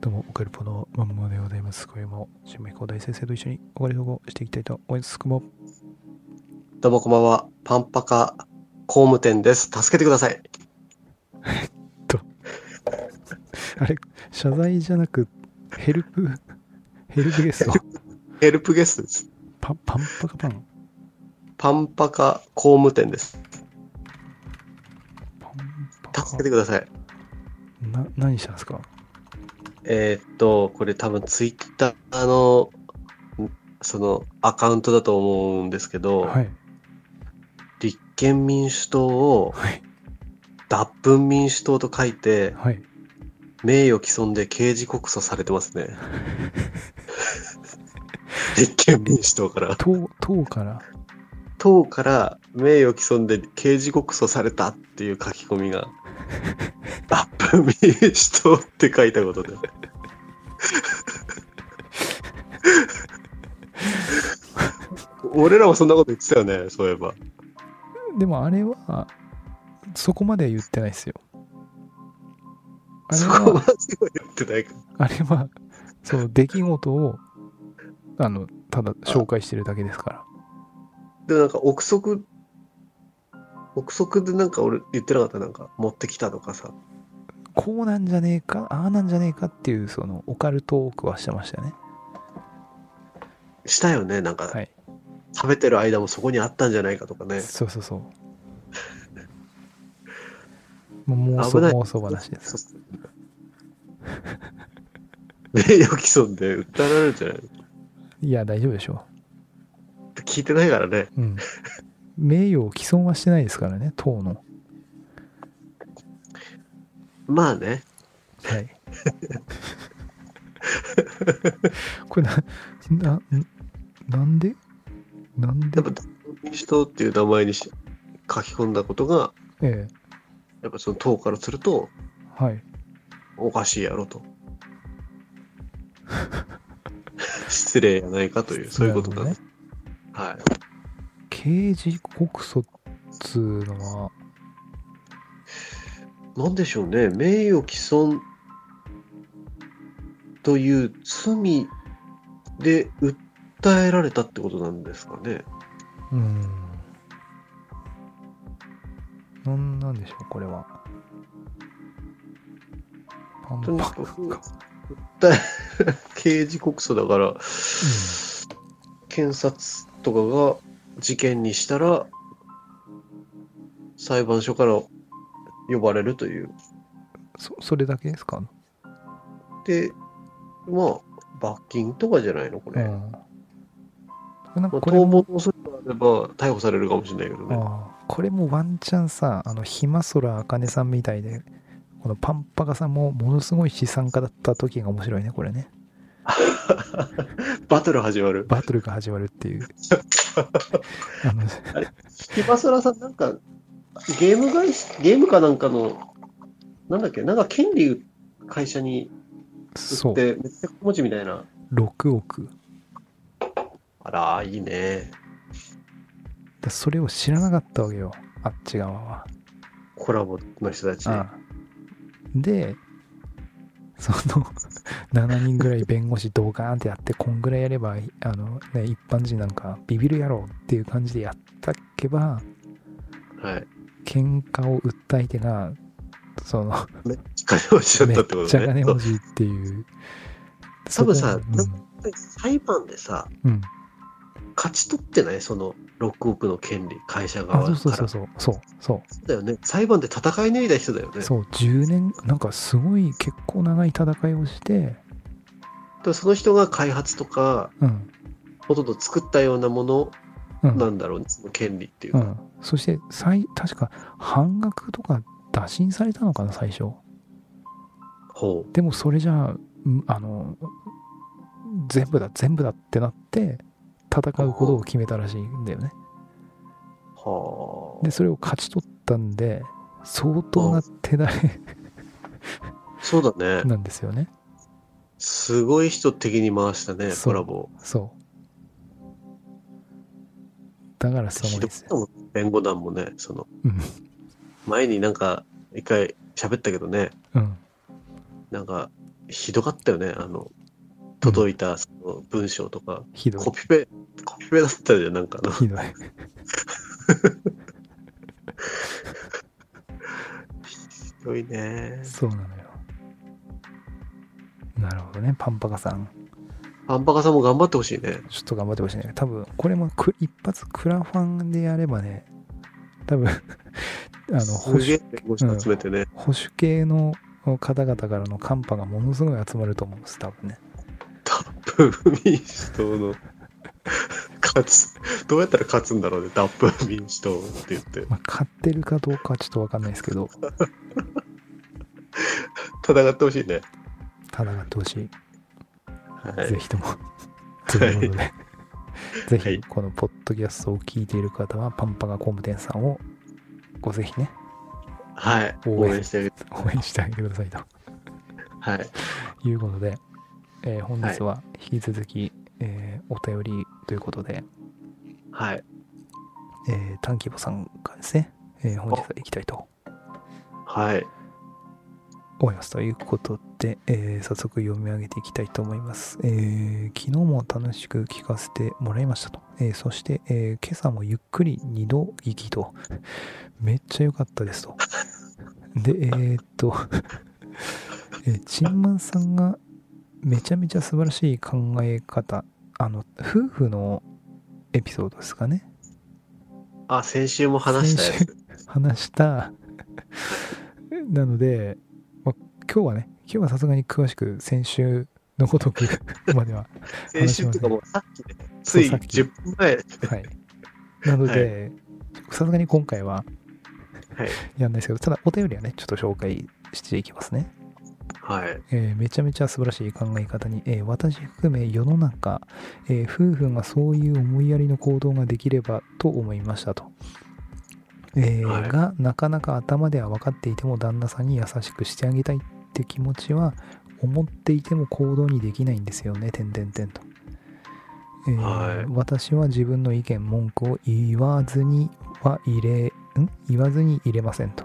どうも、オカルポのまんまでございます。今夜も、新米高大先生と一緒にお金保護していきたいと思います。こんばんはどうもこんばんは。パンパカ工務店です。助けてください。 あれ、謝罪じゃなく、ヘルプ、 ヘルプゲス ト。ヘルプゲストです。パン、パンパカパン。パンパカ工務店です。パンパ助けカて。ください。な、何したんですかえーっと、これ多分ツイッターの、んそのアカウントだと思うんですけど、はい。立憲民主党をはい。脱粉民主党と書いて、はい。名誉毀損で刑事告訴されてま すね。立憲民主党から。党、党から。党から名誉毀損で刑事告訴されたっていう書き込みが、脱粉民主党って書いたことで。俺らもそんなこと言ってたよね、そういえば。でも、あれは、そこまでは言ってないですよ。あれそこは、までは言ってないか。あれは、その出来事を、あの、ただ紹介してるだけですから。でもなんか憶測、憶測でなんか俺言ってなかった、なんか持ってきたとかさ。こうなんじゃねえかああなんじゃねえかっていうそのオカルトークはしてましたよねしたよね、なんか、はい食べてる間もそこにあったんじゃないかとかね。そうそうそうもう妄想危ない妄想話ですそう名誉毀損で訴えられるんじゃないいや大丈夫でしょ聞いてないからね。う、うん、名誉を毀損はしてないですからね党のまあね。はい これなななんでなんでやっぱ、民主党っていう名前にし書き込んだことが、えやっぱその党からすると、えはいおかしいやろと。 失礼やないかという、そういうことだなねるほ。は。刑事告訴っつうのはいなんでしょうね。名誉毀損という罪で訴えられたってことなんですかね。うーん。なんなんでしょう、これは。パンとパにンかく、 訴え刑事告訴だから、検察とかが事件にしたら、裁判所から呼ばれるという。そそれだけですか、で、まあ、罰金とかじゃないの、こうれ。ん。なんまかあ、これ逃も、亡の恐れがあれば、逮捕されるかもしれないけどね。ああこれもワンチャンさ、あの、ひまそらあかねさんみたいで、このパンパカさんもものすごい資産家だった時が面白いね、これね。バトル始まる。バトルが始まるっていう。あの、ひばそらさん、なんか、ゲーム会社、ゲームかなんかの、なんだっけ、なんか権利会社にそ売っう、て、めっちゃ持ちみたいな。 6億。あら、いいね。だそれを知らなかったわけよ、あっち側は。コラボの人たち。ああでその 7人ぐらい弁護士ドカーンってやってこんぐらいやればあの、ね、一般人なんかビビるやろっていう感じでやったっけばはい。喧嘩を売った相手がそのめっちゃ金持ちだったっめてこっちとゃ金ね。そう欲しいっていう多分さそこ裁判でさ、うん、うん、勝ち取ってないその6億の権利、会社側あかそうら。そうそうそうそうそうそうだよね。裁判で戦い抜いた人だよね。そう10年なんかすごい結構長い戦いをしてでもその人が開発とか、うんほとんど作ったようなものうんなんだろうね、その権利っていううか。ん、そして最確か半額とか打診されたのかな最初ほう。でもそれじゃあうんあの全部だ全部だってなって戦うことを決めたらしいんだよねはでそれを勝ち取ったんで相当な手だれあ。そうだね。なんですよねすごい人的に回したね、そうコラボ。そうだからすごいひどでかすよったもん弁護団もね、そのうん、前になんか、一回喋ったけどね、うんなんか、ひどかったよね、あの、届いたその文章とか、ひどいコ。ピペ、コピペだったじゃん、なんかあのひどい。ひどいね。そうなのよ。なるほどね。パンパカさん。パンパカさんも頑張ってほしいね。ちょっと頑張ってほしいね。多分、これもく一発クラファンでやればね、多分 あの保すげえ守弁護士集めてね。保守系の方々からのカンパがものすごい集まると思うんです、多分ね。タップ民主党の勝つどうやったら勝つんだろうねタップ民主党って言ってまあ、買ってるかどうかはちょっとわかんないですけど、戦ってほしいね戦ってほしい。はぜいひとも。 ということ で、ぜはひいこのポッドキャストを聞いている方は、パンパが工務店さんをごぜひね、はい応応援援してあげて応援してあげてくださいとはいいうことで、えー本日は引き続き、えーお便りということで、はいえー、短規模さんがですね、えー本日は行きたいとはい思いますということで、えー早速読み上げていきたいと思います、えー昨日も楽しく聞かせてもらいましたと、えーそして、えー今朝もゆっくり二度聞きとめっちゃ良かったですとでえーっとえーチンマンさんがめちゃめちゃ素晴らしい考え方あの夫婦のエピソードですかねあ先週も話したや先つ話した。なので、まあ、今日はね、今日はさすがに詳しく先週のごとく までは、先週とかもうさっきねついそうさっき10分前はい。なので、さすがに今回ははいやんないですけど、ただお便りはね、ちょっと紹介していきますね。はいえーめちゃめちゃ素晴らしい考え方に、えー私含め世の中、えー夫婦がそういう思いやりの行動ができればと思いましたと。えーはいがなかなか頭では分かっていても旦那さんに優しくしてあげたいって気持ちは思っていても行動にできないんですよね、点々点と。えーはい私は自分の意見、文句を言わずには入れ、ん言わずに入れませんと。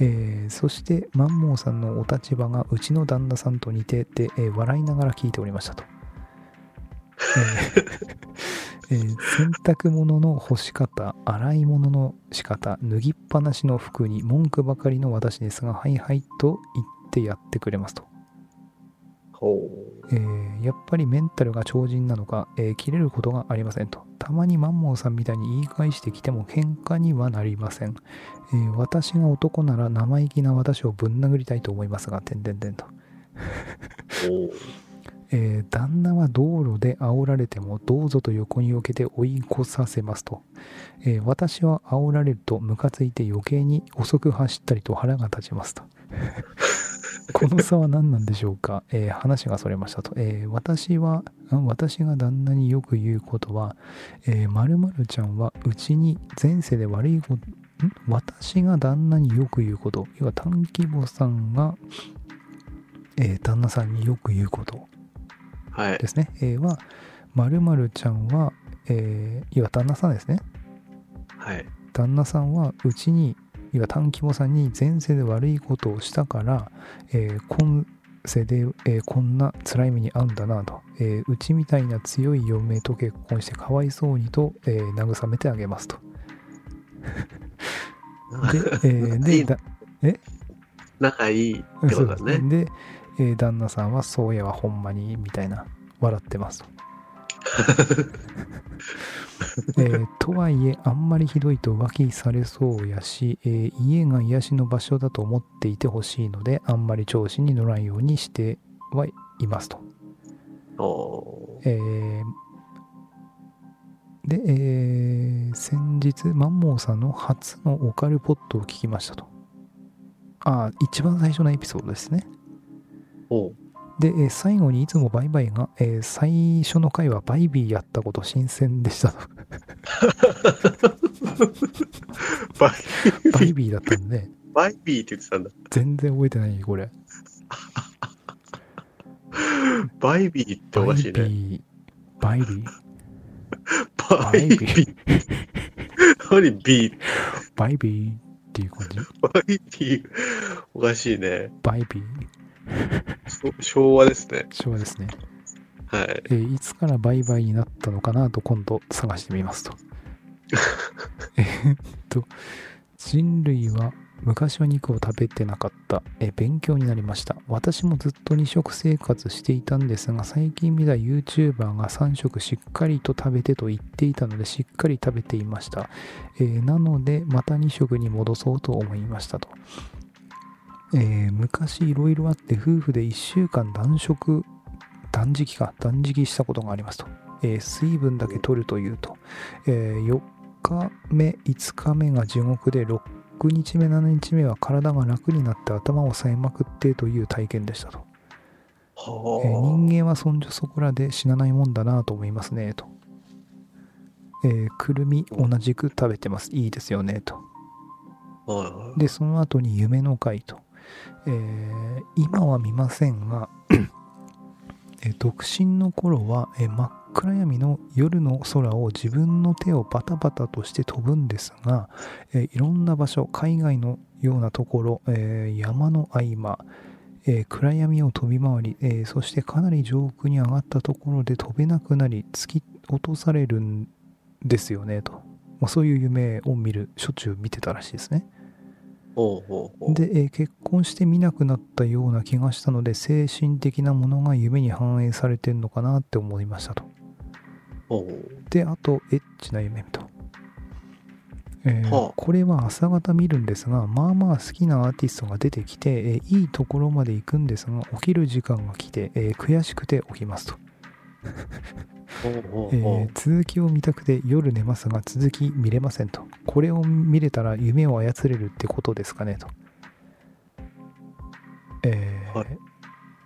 えーそしてマンモーさんのお立場がうちの旦那さんと似てて、えー笑いながら聞いておりましたと。えー えー洗濯物の干し方、洗い物の仕方、脱ぎっぱなしの服に文句ばかりの私ですが、はいはいと言ってやってくれますと。ほうえーやっぱりメンタルが超人なのか、えー切れることがありませんと。たまにマンモーさんみたいに言い返してきても喧嘩にはなりません。えー私が男なら生意気な私をぶん殴りたいと思いますが、てんてんてんと。ほうえー旦那は道路で煽られてもどうぞと横に避けて追い越させますと、えー私は煽られるとムカついて余計に遅く走ったりと腹が立ちますと この差は何なんでしょうか、えー話がそれましたと、えー私はん私が旦那によく言うことは「えー〇〇ちゃんはうちに前世で悪いことん私が旦那によく言うこと要は短規模さんが、えー旦那さんによく言うことはいですね、えーは、まるちゃんは、えー、要は旦那さんですね。はい旦那さんはうちに、要は短期もさんに前世で悪いことをしたから、えー今世で、えーこんな辛い目に遭うんだなと、えーうちみたいな強い嫁と結婚してかわいそうにと、えー慰めてあげますと。で、えー いでいだ仲いいってことだそうですねで、えー旦那さんはそうやわほんまにみたいな笑ってますと。えーとはいえあんまりひどいと浮気されそうやし、えー家が癒しの場所だと思っていてほしいのであんまり調子に乗らんようにしてはいますと。ほえーで、えー先日マンモーさんの初のオカルポットを聞きましたと。ああ、一番最初のエピソードですね。うほうで、えー最後にいつもバイバイが、えー最初の回はバイビーやったこと新鮮で したと。バイバイビーだったんで、バイビーって言ってたんだ全然覚えてないこれ。バイビーっておバかイしいねビー、バイビー、ババイイビビーー、何ビーバイビーっていう感じ。バイビーおかしいねバイビー、そう昭和ですね。昭和ですね。はい。えーいつから売買になったのかなと今度探してみますと。えーっと、人類は昔は肉を食べてなかった、えー勉強になりました。私もずっと2食生活していたんですが、最近見た YouTuber が3食しっかりと食べてと言っていたので、しっかり食べていました。えーなので、また2食に戻そうと思いましたと。えー昔いろいろあって夫婦で1週間断食断食か断食したことがありますと、えー水分だけ取るというと、え4日目5日目が地獄で6日目7日目は体が楽になって頭を冴えまくってという体験でしたと、はえー人間はそんじょそこらで死なないもんだなと思いますねと、えーくるみ同じく食べてますいいですよねとあ。はいはいでその後に夢の会と、えー今は見ませんが えー独身の頃は、えー真っ暗闇の夜の空を自分の手をバタバタとして飛ぶんですが、えーいろんな場所海外のようなところ、えー山の合間、えー暗闇を飛び回り、えーそしてかなり上空に上がったところで飛べなくなり突き落とされるんですよねと、まあ、そういう夢を見るしょっちゅう見てたらしいですね。ほうほうほう。で、えー結婚して見なくなったような気がしたので精神的なものが夢に反映されてるのかなって思いましたとほうほうであとエッチな夢と、えーはあこれは朝方見るんですがまあまあ好きなアーティストが出てきて、えーいいところまで行くんですが起きる時間が来て、えー悔しくて起きますと、ほうほえうーほ続きを見たくて夜寝ますが続き見れませんとこれを見れたら夢を操れるってことですかねとえーはいっ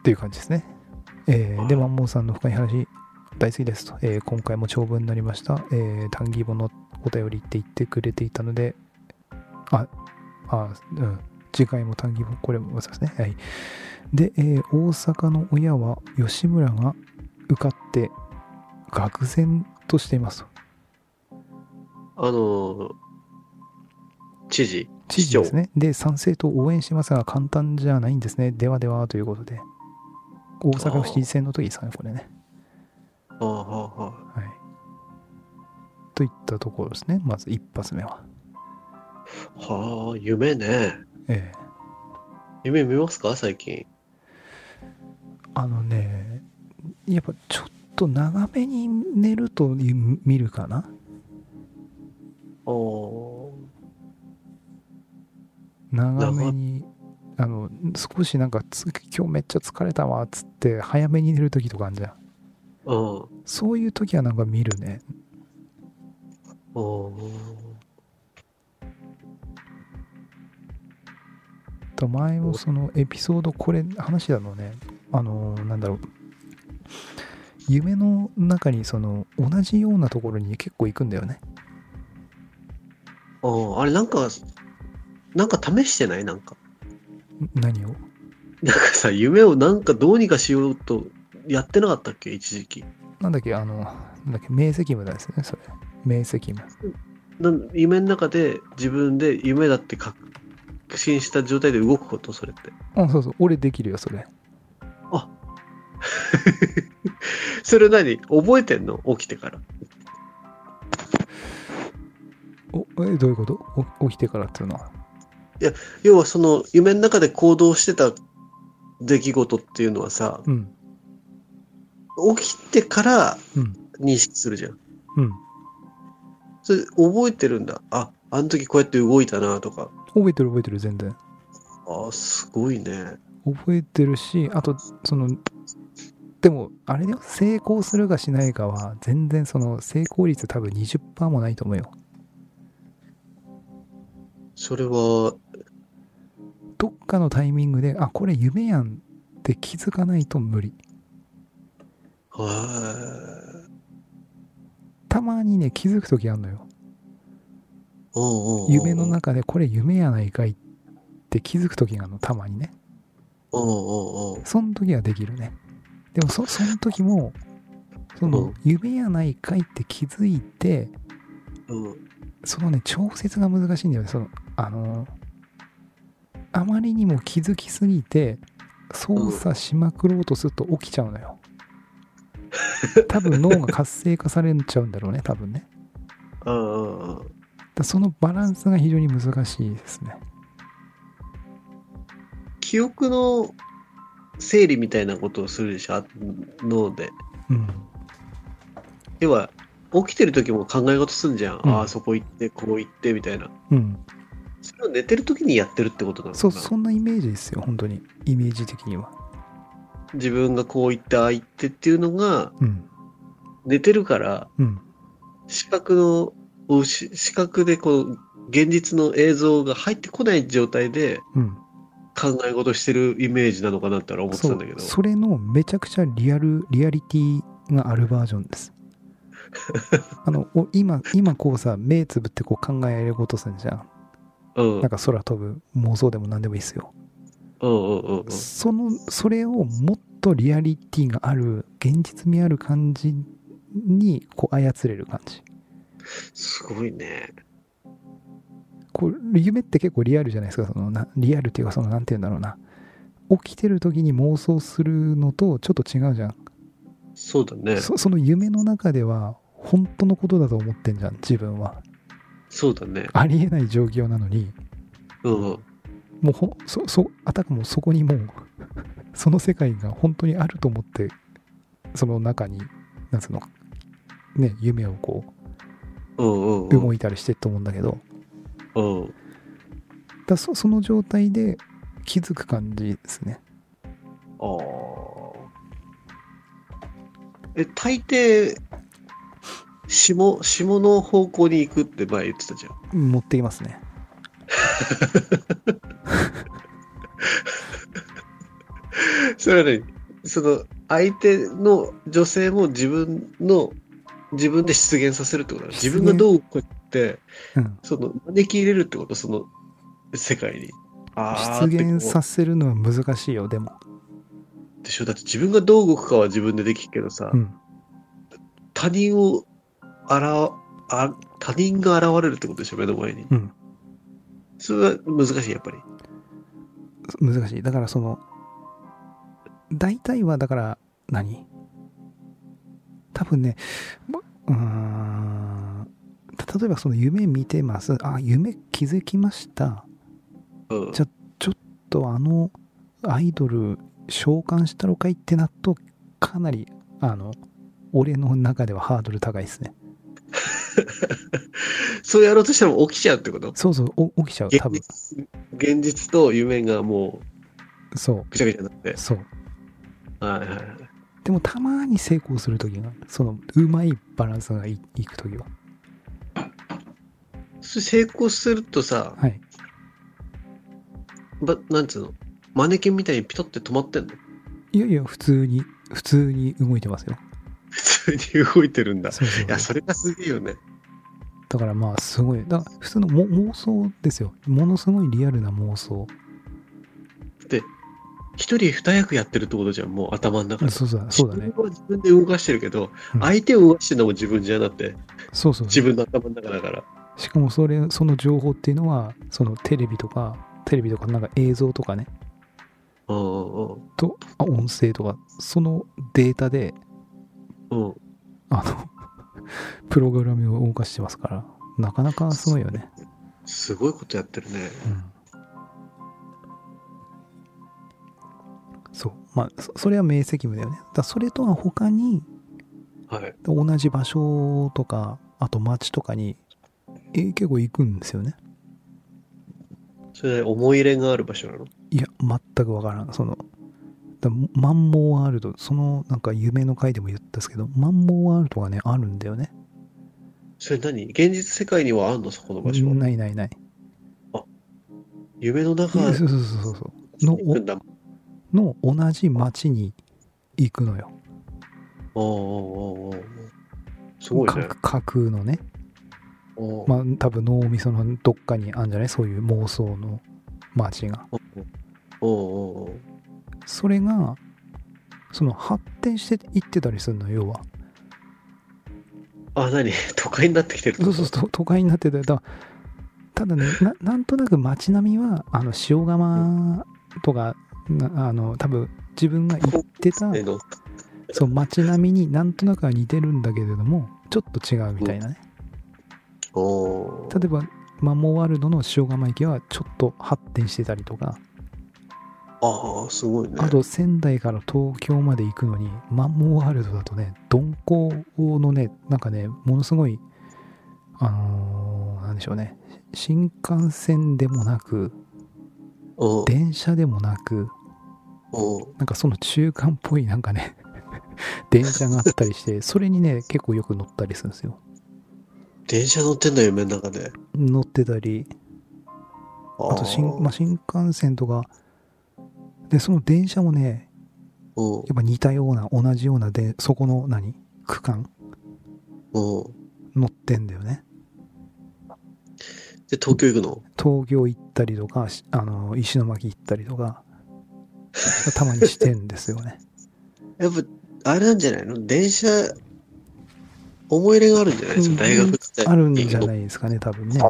ていう感じですね、えーではマいンモーさんの深い話大好きですと、えー今回も長文になりました、えー、単義語のお便りって言ってくれていたのでああうん次回も単義語これもそうですねはいで、えー大阪の親は吉村が受かって愕然としていますとう。あのー、知事。知事ですね。で、賛成と応援してますが、簡単じゃないんですね。ではではということで、大阪府知事選の時ですかね、これね。市長。はあはあはあ。はい。といったところですね、まず一発目は。はあ、夢ね。ええ夢見ますか最近。あのね、やっぱちょっと長めに寝ると見るかな。あー長めに。あの少しなんかつ今日めっちゃ疲れたわっつって早めに寝る時とかあるじゃんうん。そういう時はなんか見るねあーと前もそのエピソードこれ話だのねあのーなんだろう夢の中にその同じようなところに結構行くんだよねあー。あれ、なんか、なんか試してないなんか。ん何をなんかさ、夢をなんかどうにかしようとやってなかったっけ一時期。なんだっけあのなんだっけ明晰夢ですねそれ明晰夢なん夢の中で自分で夢だって確信した状態で動くことそれって。あそうそう俺できるよそれそれ何覚えてんの起きてから。おえどういうことお起きてからっていうのは要はその夢の中で行動してた出来事っていうのはさ、うん起きてからうん認識するじゃん。うんそれ覚えてるんだ。あ、あの時こうやって動いたなとか。覚えてる覚えてる全然あ、すごいね。覚えてるしあとそのでもあれだよ成功するかしないかは全然その成功率多分20%もないと思うよそれは、どっかのタイミングで、あ、これ夢やんって気づかないと無理。はたまにね、気づくときあんのよ。い。うんうんうん夢の。中で、これ夢やないかいって気づくときがあるの、たまにね。うんうんうん。その時はできるね。でもそ、その時も、そうのん、夢やないかいって気づいて、うん。そのね、調節が難しいんだよね。その、あのーあまりにも気づきすぎて、操作しまくろうとすると起きちゃうの よ多分脳が活性化されちゃうんだろうね多分ねうんうんうだん。からそのバランスが非常に難しいですね記憶の整理みたいなことをするでしょ脳で。うん要は、起きてる時も考え事すんじゃん。うんああ、そこ行って、こう行って、みたいな。うんそれを寝てる時にやってるってことなのかそなうそんなイメージですよ本当にイメージ的には自分がこう言って、ああ言ってっていうのが、うん寝てるから、うん視覚の、おし視覚でこう、現実の映像が入ってこない状態でうん考え事してるイメージなのかなって思ってたんだけど。そうそれのめちゃくちゃリアルリアリティがあるバージョンです あのお今今こうさ目つぶってこう考えることするじゃんうん。うなんんか空飛ぶ妄想でも何でもいいっすようんうんうん。そのそれをもっとリアリティがある現実味ある感じにこう操れる感じすごいね。こう夢って結構リアルじゃないですかそのなリアルっていうかそのなんて言うんだろうな起きてる時に妄想するのとちょっと違うじゃんそうだね。そその夢の中では本当のことだと思ってんじゃん自分はそうだね。ありえない状況なのにうんうん。もうほんそそあたかもそこにもう その世界が本当にあると思ってその中になんつうのね夢をこうんうんううん。動いたりしてると思うんだけどうん。だそその状態で気づく感じですねああ。え、大抵、下、下の方向に行くって前言ってたじゃん。持っていますねそれはね、その、相手の女性も自分の、自分で出現させるってことだ。出現自分がどうこうやって、うんその、招き入れるってこと、その、世界に。あ出ー現ってこさせるのは難しいよでもうでしょだって自分がどう動くかは自分でできるけどさ、うん他人を、あら、あ、他人が現れるってことでしょ目の前に。うんそれは難しい、やっぱり。難しいだからその大体はだから何多分ねまうーんた例えばその夢見てますあ夢気づきましたうん。じゃとあのアイドル召喚したのかいってなるとかなりあの俺の中ではハードル高いですねそうやろうとしたらもう起きちゃうってことそうそうお起きちゃう現多分実、現実と夢がもそうぐちゃぐちゃになってう。そうはいはいはい。でもたまに成功する時がそのうまいバランスがいいく時はそれ成功するとさ、はいばなんつうのマネキンみたいにピタって止まってんのいやいや、普通に、普通に動いてますよ。普通に動いてるんだ。いそうそうや、それがすげえよね。だからまあ、すごい。だから普通のも妄想ですよ。ものすごいリアルな妄想。一人二役やってるってことじゃん、もう頭の中で。そうそうそうだね自。分は自分で動かしてるけど、うん相手を動かしてるのも自分じゃなくて、そうそう。自分の頭の中だから。しかもそれ、その情報っていうのは、そのテレビとか、テレビとかなんか映像とかね、うんうんと、あ音声とか、そのデータで、うん。うん。あの、 プログラムを動かしてますから、なかなかすごいよね。すごいことやってるね。うんそう。まあ、そそれは明晰夢だよね。だからそれとは他に、はい。同じ場所とかあと町とかに、えー結構行くんですよねそれ思い入れがある場所なのいや全くわからんそのだマンモーワールドそのなんか夢の回でも言ったんですけどマンモーワールドがねあるんだよねそれ何現実世界にはあんのそこの場所は。ないないない夢の中そうにそうそうそうその行くんだ。うの同じ町に行くのよおおーおーおーおーすごいねか。架空のねおーまあ多分脳みそのどっかにあるんじゃないそういう妄想の町がおおおーそれがその発展していってたりするのよ要はあ、何 都会になってきてるってそうことそうそう、都会になってたよ。だただねな、なんとなく街並みは、あの、塩釜とか、なあの多分自分が行ってたえのそう街並みになんとなくは似てるんだけれどもちょっと違うみたいなねおー例えばマモワールドの塩釜池はちょっと発展してたりとかああすごいねあと仙台から東京まで行くのにマモワールドだとね鈍行のねなんかねものすごいあのーなんでしょうね新幹線でもなくおー電車でもなくおーなんかその中間っぽいなんかね 電車があったりしてそれにね結構よく乗ったりするんですよ電車乗ってんだ夢の中で乗ってたりああと新,、まあ、車新幹線とかでその電車もねおーやっぱ似たような同じようなでそこの何区間おー乗ってんだよねで東京行くの東京行ったりとかしあの石巻行ったりとかたまにしてんですよ ねやっぱあれなんじゃないの電車思い入れがあるんじゃないですうんか大学時代あるんじゃないいですかね多分ね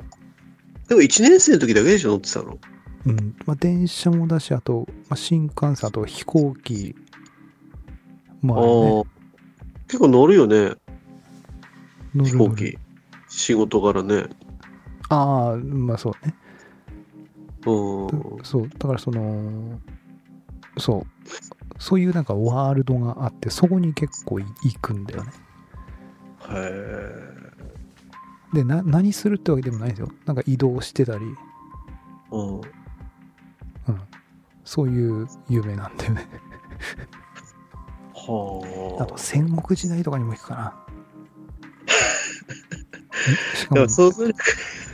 でも1年生の時だけでしょ乗ってたのうんまあ、電車もだしあと、まあ、新幹線あと飛行機まあ、ね、ああ結構乗るよね乗る飛乗る行機仕事からねああまあそうねうんそうだからそのそうそういうなんかワールドがあってそこに結構い行くんだよねへでな何するってわけでもないんですよなんか移動してたり、えうんうん、そういう夢なんだよねはあと戦国時代とかにも行くか なえしかでもも想像力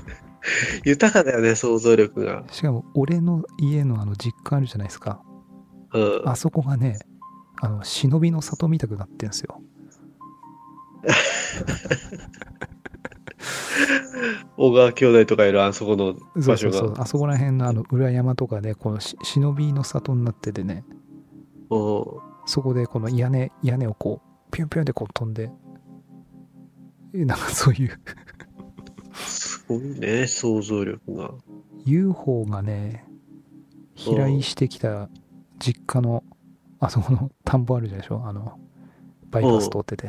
豊かだよね想像力がしかも俺の家のあの実家あるじゃないですかうんあそこがね、あの、忍びの里みたくなってんすよ。小川兄弟とかいるあそこのそうそ場所うそうが。あそこら辺のあの裏山とかで、このし忍びの里になっててね、うそこでこの屋根、屋根をこう、ピュンピュンってこう飛んで、えなんかそういうんすごいね想像力が UFO がね、飛来してきた実家の、あそこの田んぼあるでしょあの、バイパス通ってて。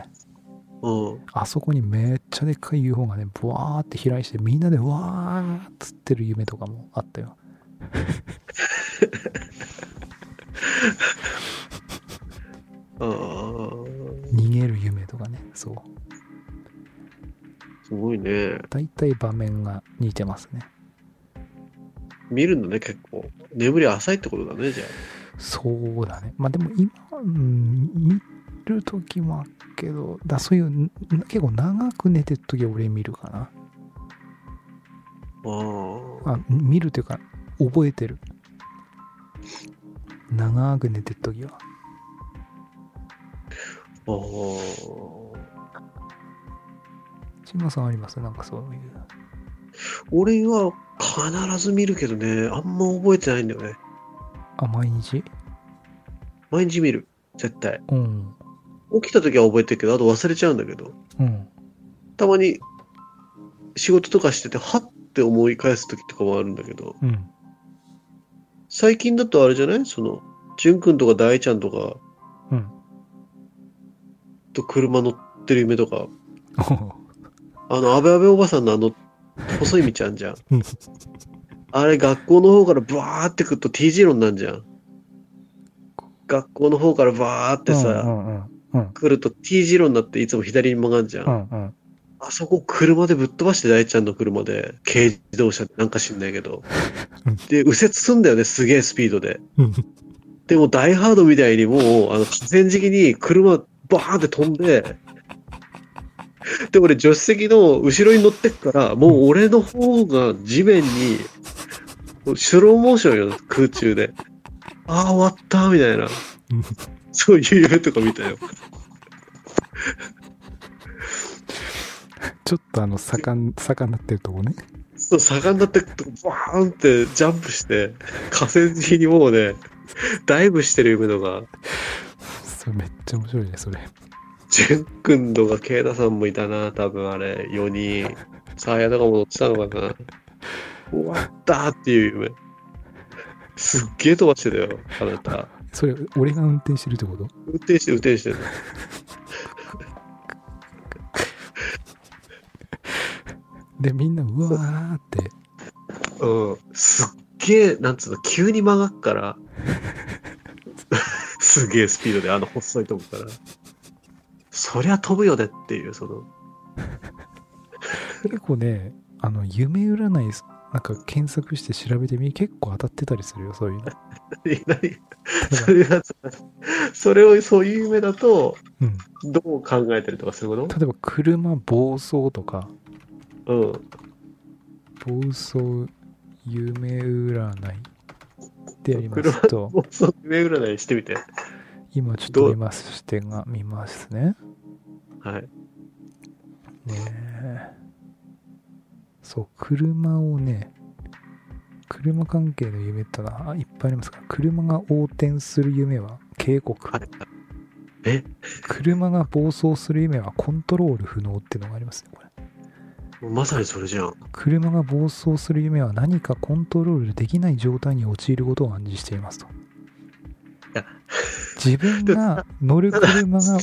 うんあそこにめっちゃでっかい UFO がね、ブワーって飛来して、みんなでわーっつってる夢とかもあったよ。あー逃げる夢とかねそうすごいね大体場面が似てますね見るのね結構眠り浅いってことだねじゃそうだねまあでも今、うん、見る時もあるけどだそういうん結構長く寝てる時は俺見るかなああああ見るというか覚えてる長く寝てる時はあー千葉さんありますなんかそういう俺は必ず見るけどねあんま覚えてないんだよねあ毎日毎日見る絶対うん起きた時は覚えてるけどあと忘れちゃうんだけどうんたまに仕事とかしててはって思い返す時とかもあるんだけどうん最近だとあれじゃないその淳君とか大ちゃんとかうんと車乗ってる夢とかおうあの安倍安倍おばさんのあの細い道あんじゃん うんあれ学校の方からバーってくると T 字路になるじゃん学校の方からバーってさ、うんうんうん来ると T 字路になっていつも左に曲がるじゃん、うんうんあそこ車でぶっ飛ばして大ちゃんの車で軽自動車なんか知んない けどうんで右折すんだよねすげえスピードでうんでもダイハードみたいにもうあの河川敷に車バーンって飛んでで俺助手席の後ろに乗ってっからもう俺の方が地面にもうスローモーションよ空中でああ終わったみたいなうんそういう夢とか見たよちょっとあの盛ん盛んなってるとこね そう、盛んなってくと、バーンってジャンプして、河川敷にもうね、ダイブしてる夢のが、それめっちゃ面白いねそれジュン君とかケイタさんもいたな、多分あれ、4人。サーヤとかも乗ってたのかな。終わったっていう夢。すっげえ飛ばしてたよ、あなた。 それ俺が運転してるってこと運転して、運転してる。でみんなうわーってうん。すっげえ、なんつうの、急に曲がっから。すげえスピードで、あの細いとこから。そりゃ飛ぶよねっていう、その、結構ねあの夢占いすなんか検索して調べてみ結構当たってたりするよそういうの何何それが、それを、そういう夢だと、うんどう考えてるとかそういうこ例えば車暴走とかとうん。暴走夢占いでやりますともうその夢占いしてみて。今ちょっどとう見ます視点が見ますねはい。ねえそう車をね車関係の夢ってのはあいっぱいありますから車が横転する夢は警告はい。え車が暴走する夢はコントロール不能っていうのがありますねこれまさにそれじゃん。車が暴走する夢は何かコントロールできない状態に陥ることを暗示していますとや自分が乗る車が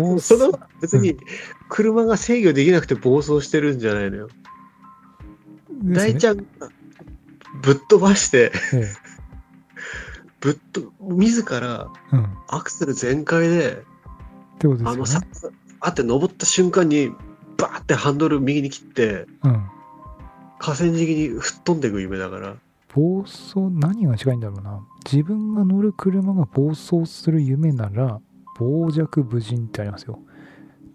暴そ走の別に車が制御できなくて暴走してるんじゃないのよ。大ちゃゃんがぶっ飛ばして、ええぶっと、自らうん、っアクセル全開で、てことあのですさよね、あって登った瞬間に、バーってハンドル右に切って、うん、河川敷に吹っ飛んでいく夢だから。暴走何が違いんだろうな自分が乗る車が暴走する夢なら傍若無人ってありますよ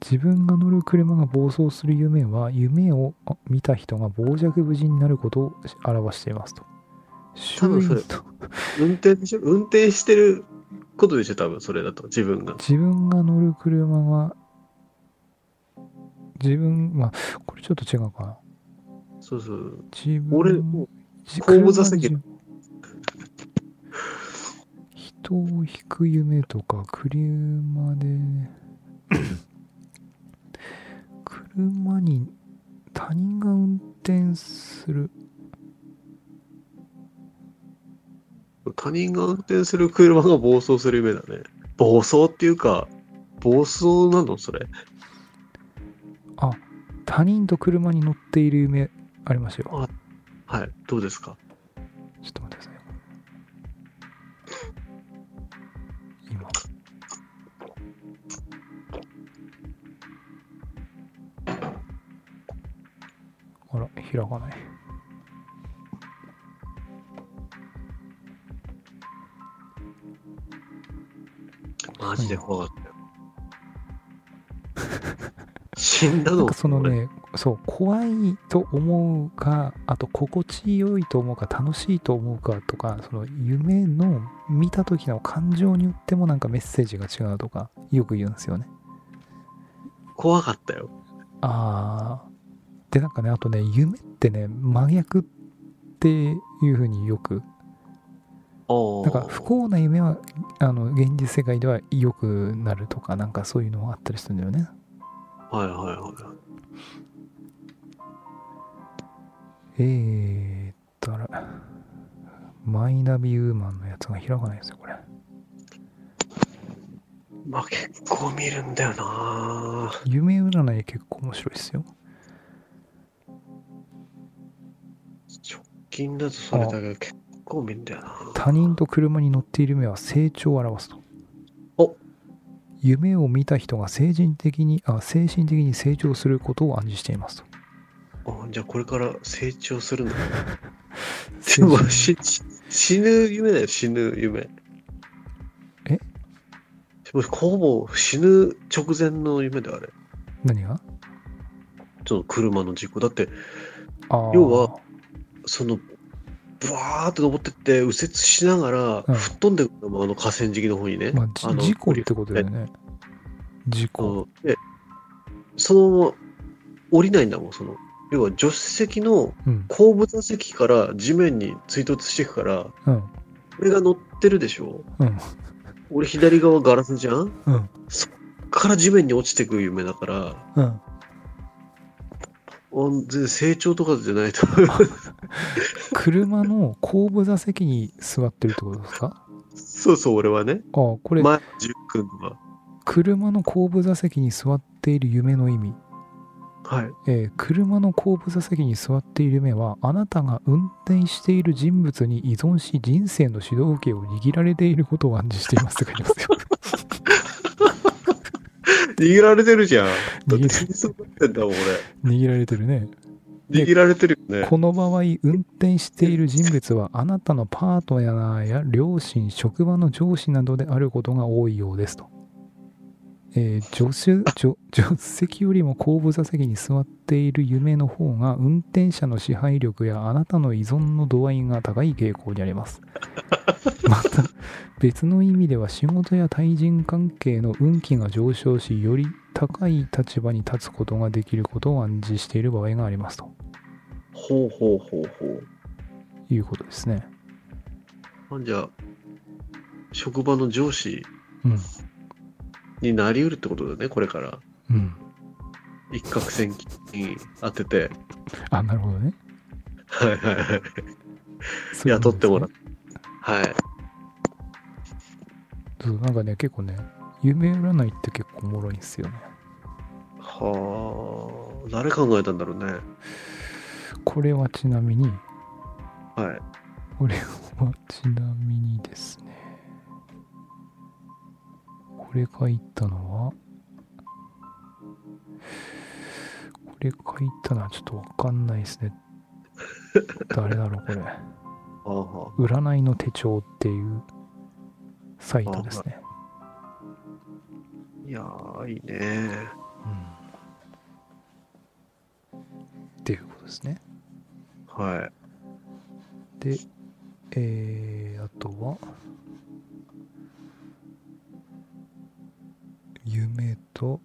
自分が乗る車が暴走する夢は夢をあ見た人が傍若無人になることを表していますと周多分囲それと運転でしょ運転してることでしょ多分それだと。自分が。自分が乗る車が自分まあこれちょっと違うかなそうそう。自分俺、もうじ後部座席車の自人を引く夢とか車で 車に他人が運転する他人が運転する車が暴走する夢だね。暴走っていうか、暴走なのそれ。他人と車に乗っている夢ありますよはい。どうですかちょっと待ってください今あら開かないマジで怖かっ たよ。死んだのなんかそのね、そう、怖いと思うか、あと心地よいと思うか、楽しいと思うかとか、その夢の見た時の感情によってもなんかメッセージが違うとか、よく言うんですよね。俺怖かったよ。あー。で、なんかね、あとね、夢ってね、真逆っていうふうによく、おなんか不幸な夢は、あの、現実世界では良くなるとか、なんかそういうのもあったりするんだよね。はいはいはい。えーっと、あら、マイナビウーマンのやつが開かないですよ、これ。まあ結構見るんだよな夢占い結構面白いですよ。直近だとそれだけど結構見るんだよな他人と車に乗っている夢は成長を表すと。お夢を見た人が精神的にあ、精神的に成長することを暗示していますと。あじゃあこれから成長するんだ。精でも神しし死ぬ夢だよ、死ぬ夢。えもうほぼ死ぬ直前の夢だよ、あれ。何がその車の事故。だって、あー要は、その、ブワーって登ってって、右折しながら、うん吹っ飛んでくるの、あの河川敷の方にね。まあ、じあの事故ってことだよね。事故。うんで、そのまま降りないんだもん、その。要は、助手席のうん。後部座席から地面に追突していくから、うん。俺が乗ってるでしょうん。俺左側ガラスじゃんうん。そっから地面に落ちてく夢だから、うん。あ全然成長とかじゃないと。車の後部座席に座ってるってことですかあそうそう、俺はね。これ、前、ジュン君は。車の後部座席に座っている夢の意味、はい。えー車の後部座席に座っている夢はあなたが運転している人物に依存し人生の主導権を握られていることを暗示していますって書いてますよ握られてるじゃん。握だっるて死にそうになってんだもん、握られてるね俺。握られてるよね。この場合運転している人物はあなたのパートナーや両親職場の上司などであることが多いようですと、えー助手助助手席よりも後部座席に座っている夢の方が運転者の支配力やあなたの依存の度合いが高い傾向にありますまた別の意味では仕事や対人関係の運気が上昇しより高い立場に立つことができることを暗示している場合がありますとほうほうほうほう。いうことですねほんじゃ、職場の上司うんになり得るってことだね、これから。うん。一攫千金に当てて、あ、なるほどね。はいはいはい。そういうこ雇とってもらうで。はい。すねそう、なんかね、結構ね、夢占いって結構おもろいんですよね。はあ、誰考えたんだろうね。これはちなみに、はい。これはちなみにですね、これ書いたのは、これ書いたのはちょっとわかんないですね。誰だろう、これ。 ああ、占いの手帳っていうサイトですね。いやー、いいね。うんっていうことですね。はい。で、えー、あとは、夢と、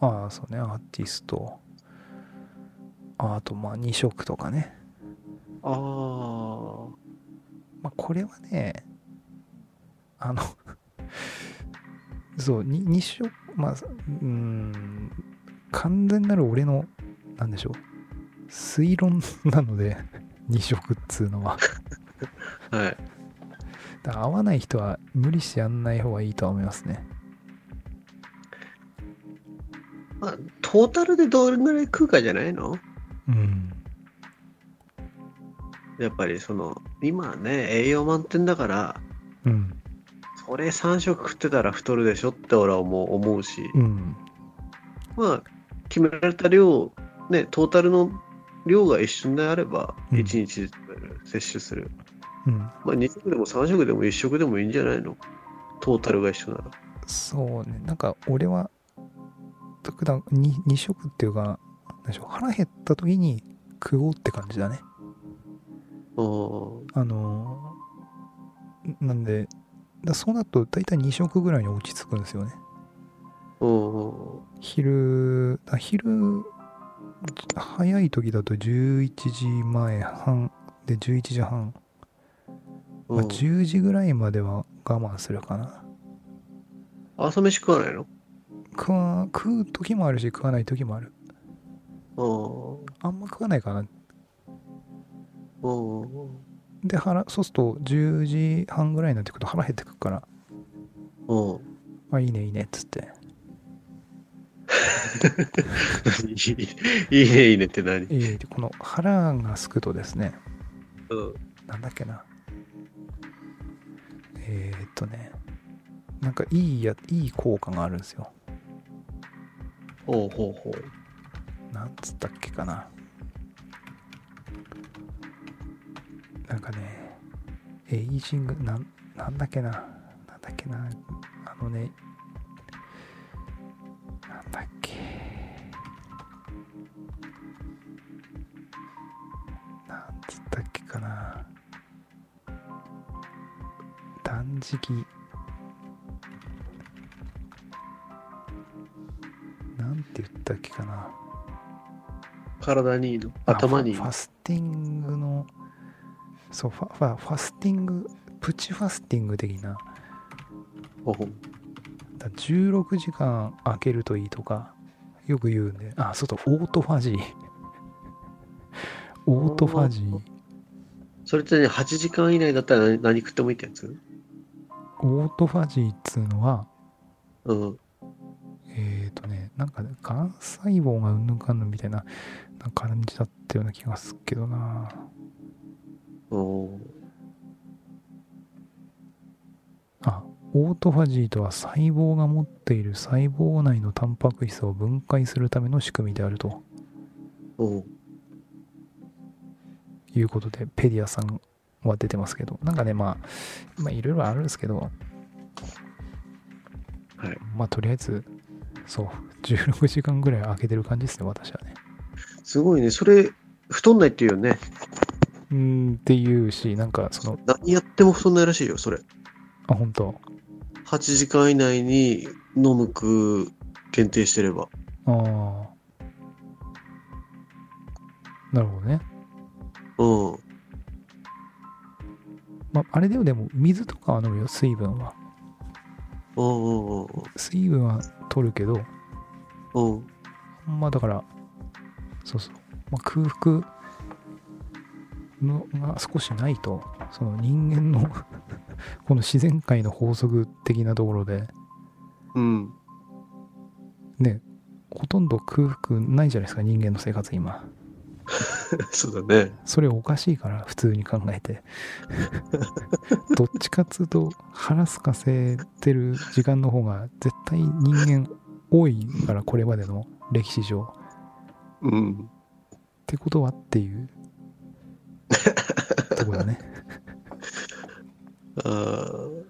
ああ、そうね、アーティスト、ああと、まあ、2色とかね。ああ、まあ、これはね、あの、 そう、に2色、まあ、うん、完全なる俺の、なんでしょう、推論なので、2色っつうのは。はい。だから合わない人は無理してやんない方がいいとは思いますね。まあ、トータルでどれぐらい食うかじゃないのうん。やっぱりその、今はね、栄養満点だから、うん。それ3食食ってたら太るでしょって俺はもう思うし、うん。まあ、決められた量、ね、トータルの量が一緒であれば、うん1日摂取する。うん。まあ、2食でも3食でも1食でもいいんじゃないのトータルが一緒なら。そうね。なんか俺は、特段に2食っていうか、なんでしょう、腹減った時に食おうって感じだね。うんあのー、んなんで、だそうなると大体2食ぐらいに落ち着くんですよね。うん。昼、あ昼、早い時だと11時前半で11時半うまあ、ん。 10時ぐらいまでは我慢するかな朝飯食わないの食わ食う時もあるし食わない時もあるうん。あんま食わないかなうん。で腹そうすると10時半ぐらいになってくると腹減ってくるからうん。あいいねいいねっつっていいいいね、いいねって何えーでこの腹がすくとですねうん。なんだっけなえー、っとねなんかいいやいい効果があるんですよほうほうほう。なんつったっけかななんかねエイジングなんなんだっけななんだっけなあのねなんだっけなんつったっけかな断食なんて言ったっけかな体にいいのあ頭にいいファファスティングのそうファファファスティングプチファスティング的なほうほうだ16時間空け るといいとかよく言うんであそうそうオートファジーオートファジーそれってね、8時間以内だったら何何食ってもいいってやつオートファジーっつうのはうん。えっ、ー、とねなんかがん細胞がうんぬんかんぬんみたいななんか感じだったような気がするけどなおあオートファジーとは細胞が持っている細胞内のタンパク質を分解するための仕組みであるとおいうことでペディアさんは出てますけどなんかねまあまあいろいろあるんですけどはいまあとりあえずそう16時間ぐらい空けてる感じですね私はねすごいね。それ、太んないっていうよね。うーんっていうしなんかその何やっても太んないらしいよ、それ。あ本当8時間以内に飲む食う限定してれば。ああなるほどねうん。まああれでもでも水とかは飲むよ水分はうんうん水分は取るけどうん。うん。まあだから、そうそう、まあ、空腹のが少しないと、その人間の この自然界の法則的なところで、うん。 ね、ほとんど空腹ないじゃないですか、人間の生活今。そうだね。それおかしいから、普通に考えて。どっちかっつうと、腹すかせてる時間の方が、絶対人間多いから、これまでの歴史上。うん。ってことはっていうとこだねあー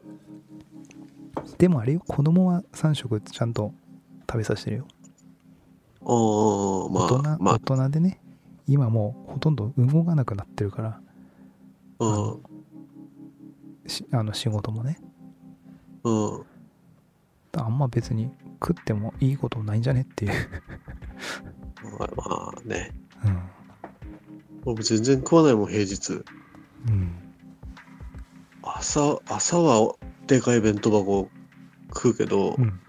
でもあれよ子供は3食ちゃんと食べさせてるよあー、ま大人、あ、まあ大人でね今もうほとんど動かなくなってるからうん、しあの仕事もねうん。あんま別に食ってもいいことないんじゃねっていう、まあまあね。うん俺も全然食わないもん、平日。うん、朝、朝はでかい弁当箱食うけど、うん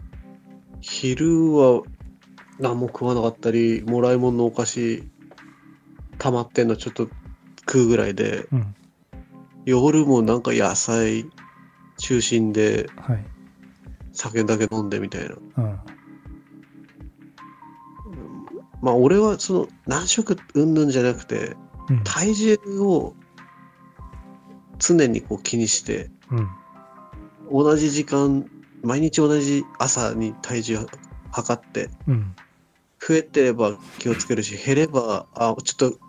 昼は何も食わなかったり、もらい物のお菓子溜まってんのちょっと食うぐらいで、うん夜もなんか野菜中心ではい、酒だけ飲んでみたいな。うん、まあ俺はその何食うんぬんじゃなくて、うん体重を常にこう気にして、うん同じ時間、毎日同じ朝に体重測って、うん増えてれば気をつけるし、減れば、あ、ちょっと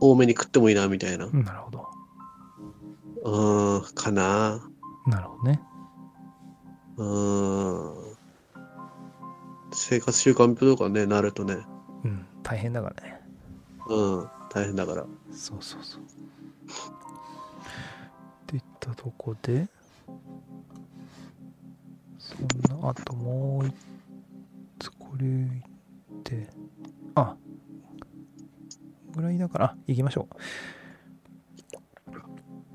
多めに食ってもいいな、みたいな。ううんなるほどーん、かな。なるほどねうーん。生活習慣病とかね、なるとね、うん大変だからねうん、大変だから。そうそうそう。っていったとこで、そんな、あともう一つ、これ行って、あ、ぐらいだから、あ行きましょう。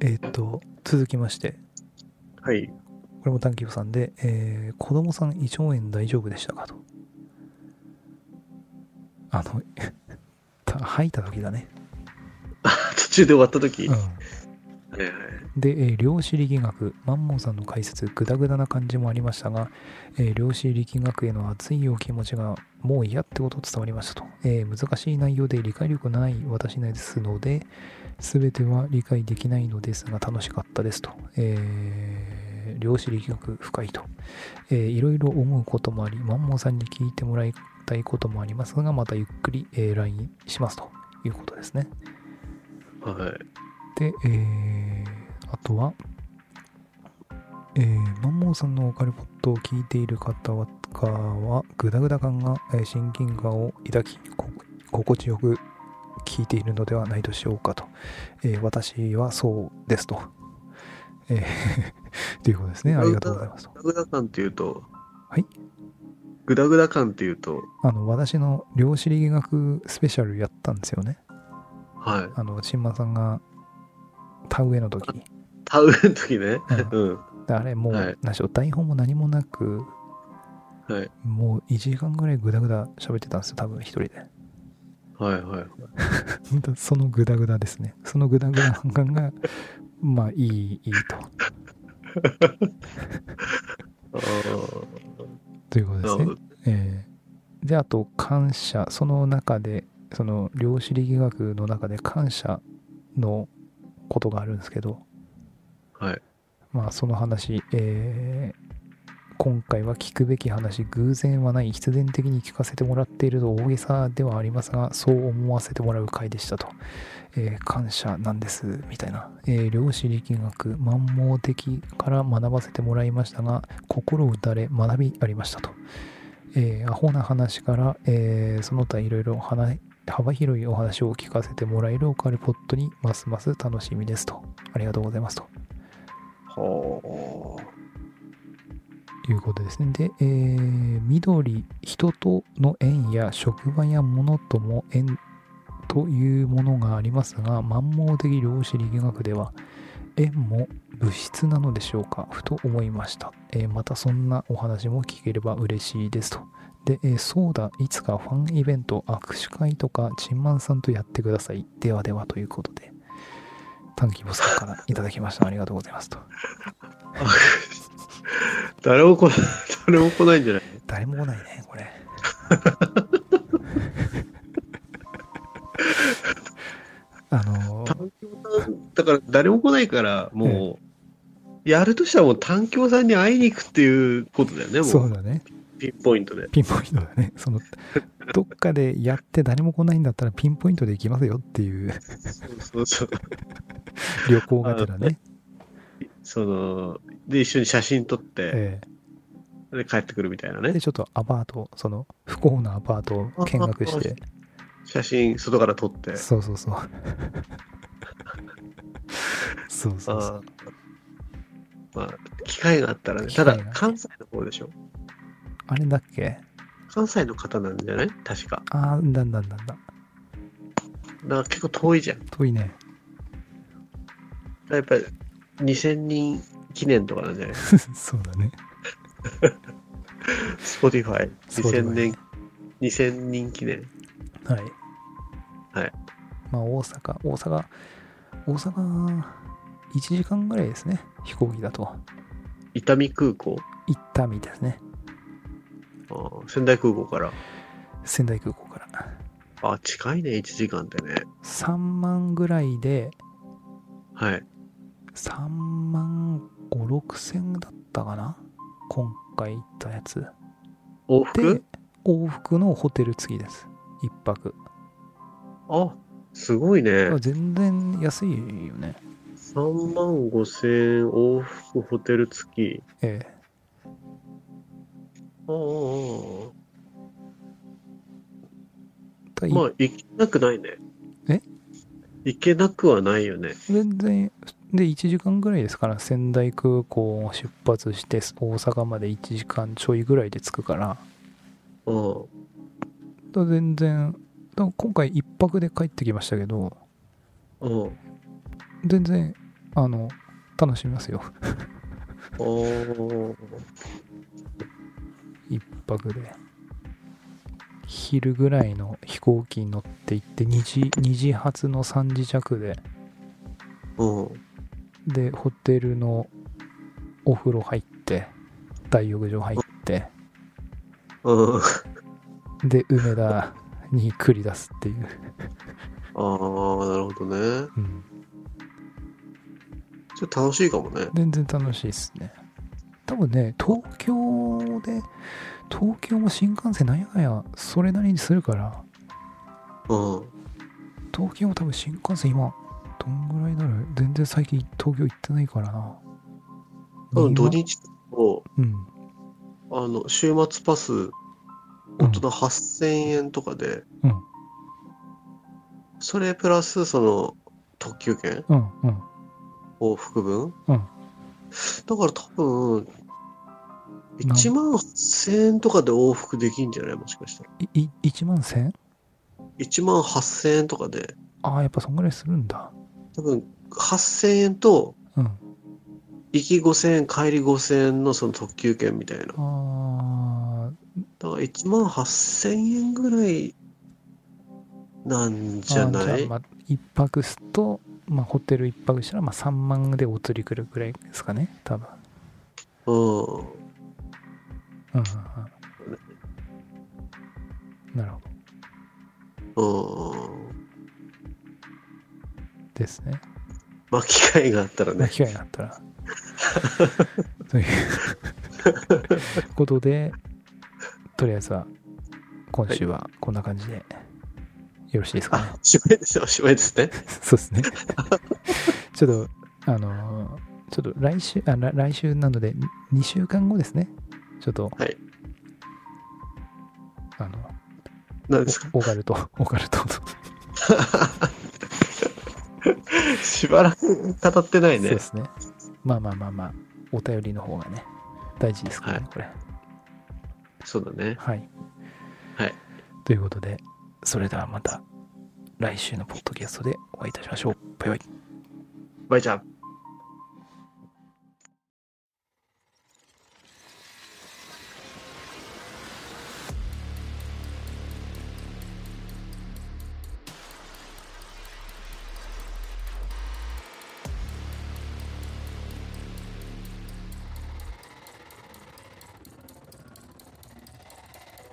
えーっと、続きまして、はい。これも短期予算で、えー、子供さん胃腸炎大丈夫でしたかと。あの、 た吐いた時だね。 途中で終わった時。うはん。いはい。で、えー量子力学、マンモンさんの解説、グダグダな感じもありましたが、えー量子力学への熱いお気持ちがもう嫌ってこと伝わりましたと。えー難しい内容で理解力のない私ですので、すべては理解できないのですが楽しかったですと。えー量子力学深いと、えーいろいろ思うこともあり、マンモンさんに聞いてもらいたいこともありますが、またゆっくり、えー LINE しますということですね。はい。で、えーあとは、えー、マンモーさんのオカルポットを聞いている方は、はグダグダ感が、えー親近感を抱き、こ心地よく聞いているのではないでしょうかと。えー私はそうですと。 えーということですね。ありがとうございますと。グダグダ感っていうと、はい。グダグダ感っていうと、あの、私の量子力学スペシャルやったんですよね。はい。あの、新馬さんが田植えの時に。田植えの時ね。うんうん。であれもう、はい何でしょう台本も何もなく、はいもう1時間ぐらいぐだぐだ喋ってたんですよ多分一人ではいはい。本当そのグダグダですねそのグダグダ感が まあいいいいとあーということですなるねほどえーであと感謝その中でその量子力学の中で感謝のことがあるんですけどはいまあその話、えー今回は聞くべき話偶然はない必然的に聞かせてもらっていると大げさではありますがそう思わせてもらう回でしたと、えー感謝なんですみたいな、えー量子力学万盲的から学ばせてもらいましたが心打たれ学びありましたとえーアホな話から、えーその他いろいろ話幅広いお話を聞かせてもらえるオカルポットにますます楽しみですと。ありがとうございますとはいうことですね。で、えー緑、人との縁や職場や物とも縁というものがありますが、満盲的量子力学では、縁も物質なのでしょうかふと思いました、えーまたそんなお話も聞ければ嬉しいですと。で、えーそうだ、いつかファンイベント、握手会とか、チンマンさんとやってください。ではではということで、短期ボさんからいただきました。ありがとうございますと。あ。誰も来ない、 誰も来ないんじゃない誰も来ないね、これ。あのー、単鏡さんだから誰も来ないから、もう、やるとしたらもう単鏡さんに会いに行くっていうことだよね、そもうう。だね。ピンポイントで。ピンポイントだね。その、どっかでやって誰も来ないんだったらピンポイントで行きますよっていうそうそうそう。旅行がてらね。その、で、一緒に写真撮って、えで、帰ってくるみたいなえねで、。ちょっとアパート、その、不幸なアパートを見学して、写真、外から撮って。そうそうそう。そうそうそう。あーまあ、機会があったらね。機た会がだ、関西の方でしょ。あれだっけ関西の方なんじゃない確か。ああ、なんだなんだなんだ。だから結構遠いじゃん。だか遠いね。 らやっぱり2000人記念とかなんじゃないそうだね。 Spotify。2000 Spotify 年、2000人記念。はい。はい。まあ、大阪、大阪、大阪、1時間ぐらいですね。飛行機だと。伊丹空港行ったみたいですね。あー仙台空港から。仙台空港から。あ、近いね、1時間ってね。 3万ぐらいで、はい。 3万5、6千だったかな今回行ったやつ。往で復、往復のホテル付きです。1泊。あ、すごいねあ。全然安いよね。 3万5千円往復ホテル付き。ええ。あーたあーあーだまあ、行けなくないね。え行けなくはないよね。全然で1時間ぐらいですから仙台空港を出発して大阪まで1時間ちょいぐらいで着くからうん。だ全然だ今回1泊で帰ってきましたけどうん。全然あの楽しみますよあー1泊で昼ぐらいの飛行機に乗って行って2時 ,2 時発の3時弱でうん。でホテルのお風呂入って大浴場入ってうん。で梅田に繰り出すっていうああ、なるほどね。うん、ちょっと楽しいかもね。全然楽しいですね。多分ね、東京で、東京も新幹線なんやかんや、それなりにするから、うん。東京も多分新幹線今、どんぐらいだろう全然最近東京行ってないからな。多分土に日と、うん。あの、週末パス、大人8000円とかで、うんそれプラス、その、特急券うん、うん。往復分、うんだから多分、1万8000円とかで往復できんじゃないもしかしたら。い、い、1万 1000? 1万8000円とかで、ああ、やっぱそんぐらいするんだ。多分、8000円と、うん。行き5000円、帰り5000円のその特急券みたいな。だかああ、ら1万8000円ぐらいなんじゃあないまあ一泊すと、まあ、ホテル一泊したら、まあ、3万でお釣りくるぐらいですかね多分ううんん。うんうんなるほどうん。ですねまあ、機会があったらまあね。機会があったらということでとりあえずは今週はこんな感じでよろしいですかね、 あ、しまいですよ、しまいですね。そうですね。 ちょっと、あのーちょっと来週、あら来週なので、2週間後ですね。ちょっと、はいあの、なんですかおオカルト、オカルトの、しばらく語ってないそうねで。すね。まあまあまあまあ、お便りの方がね、大事ですからね、はこれ。そうだね。はい。はい。ということで、それではまた、来週のポッドキャストでお会いいたしましょう。バイバイ。バイちゃん。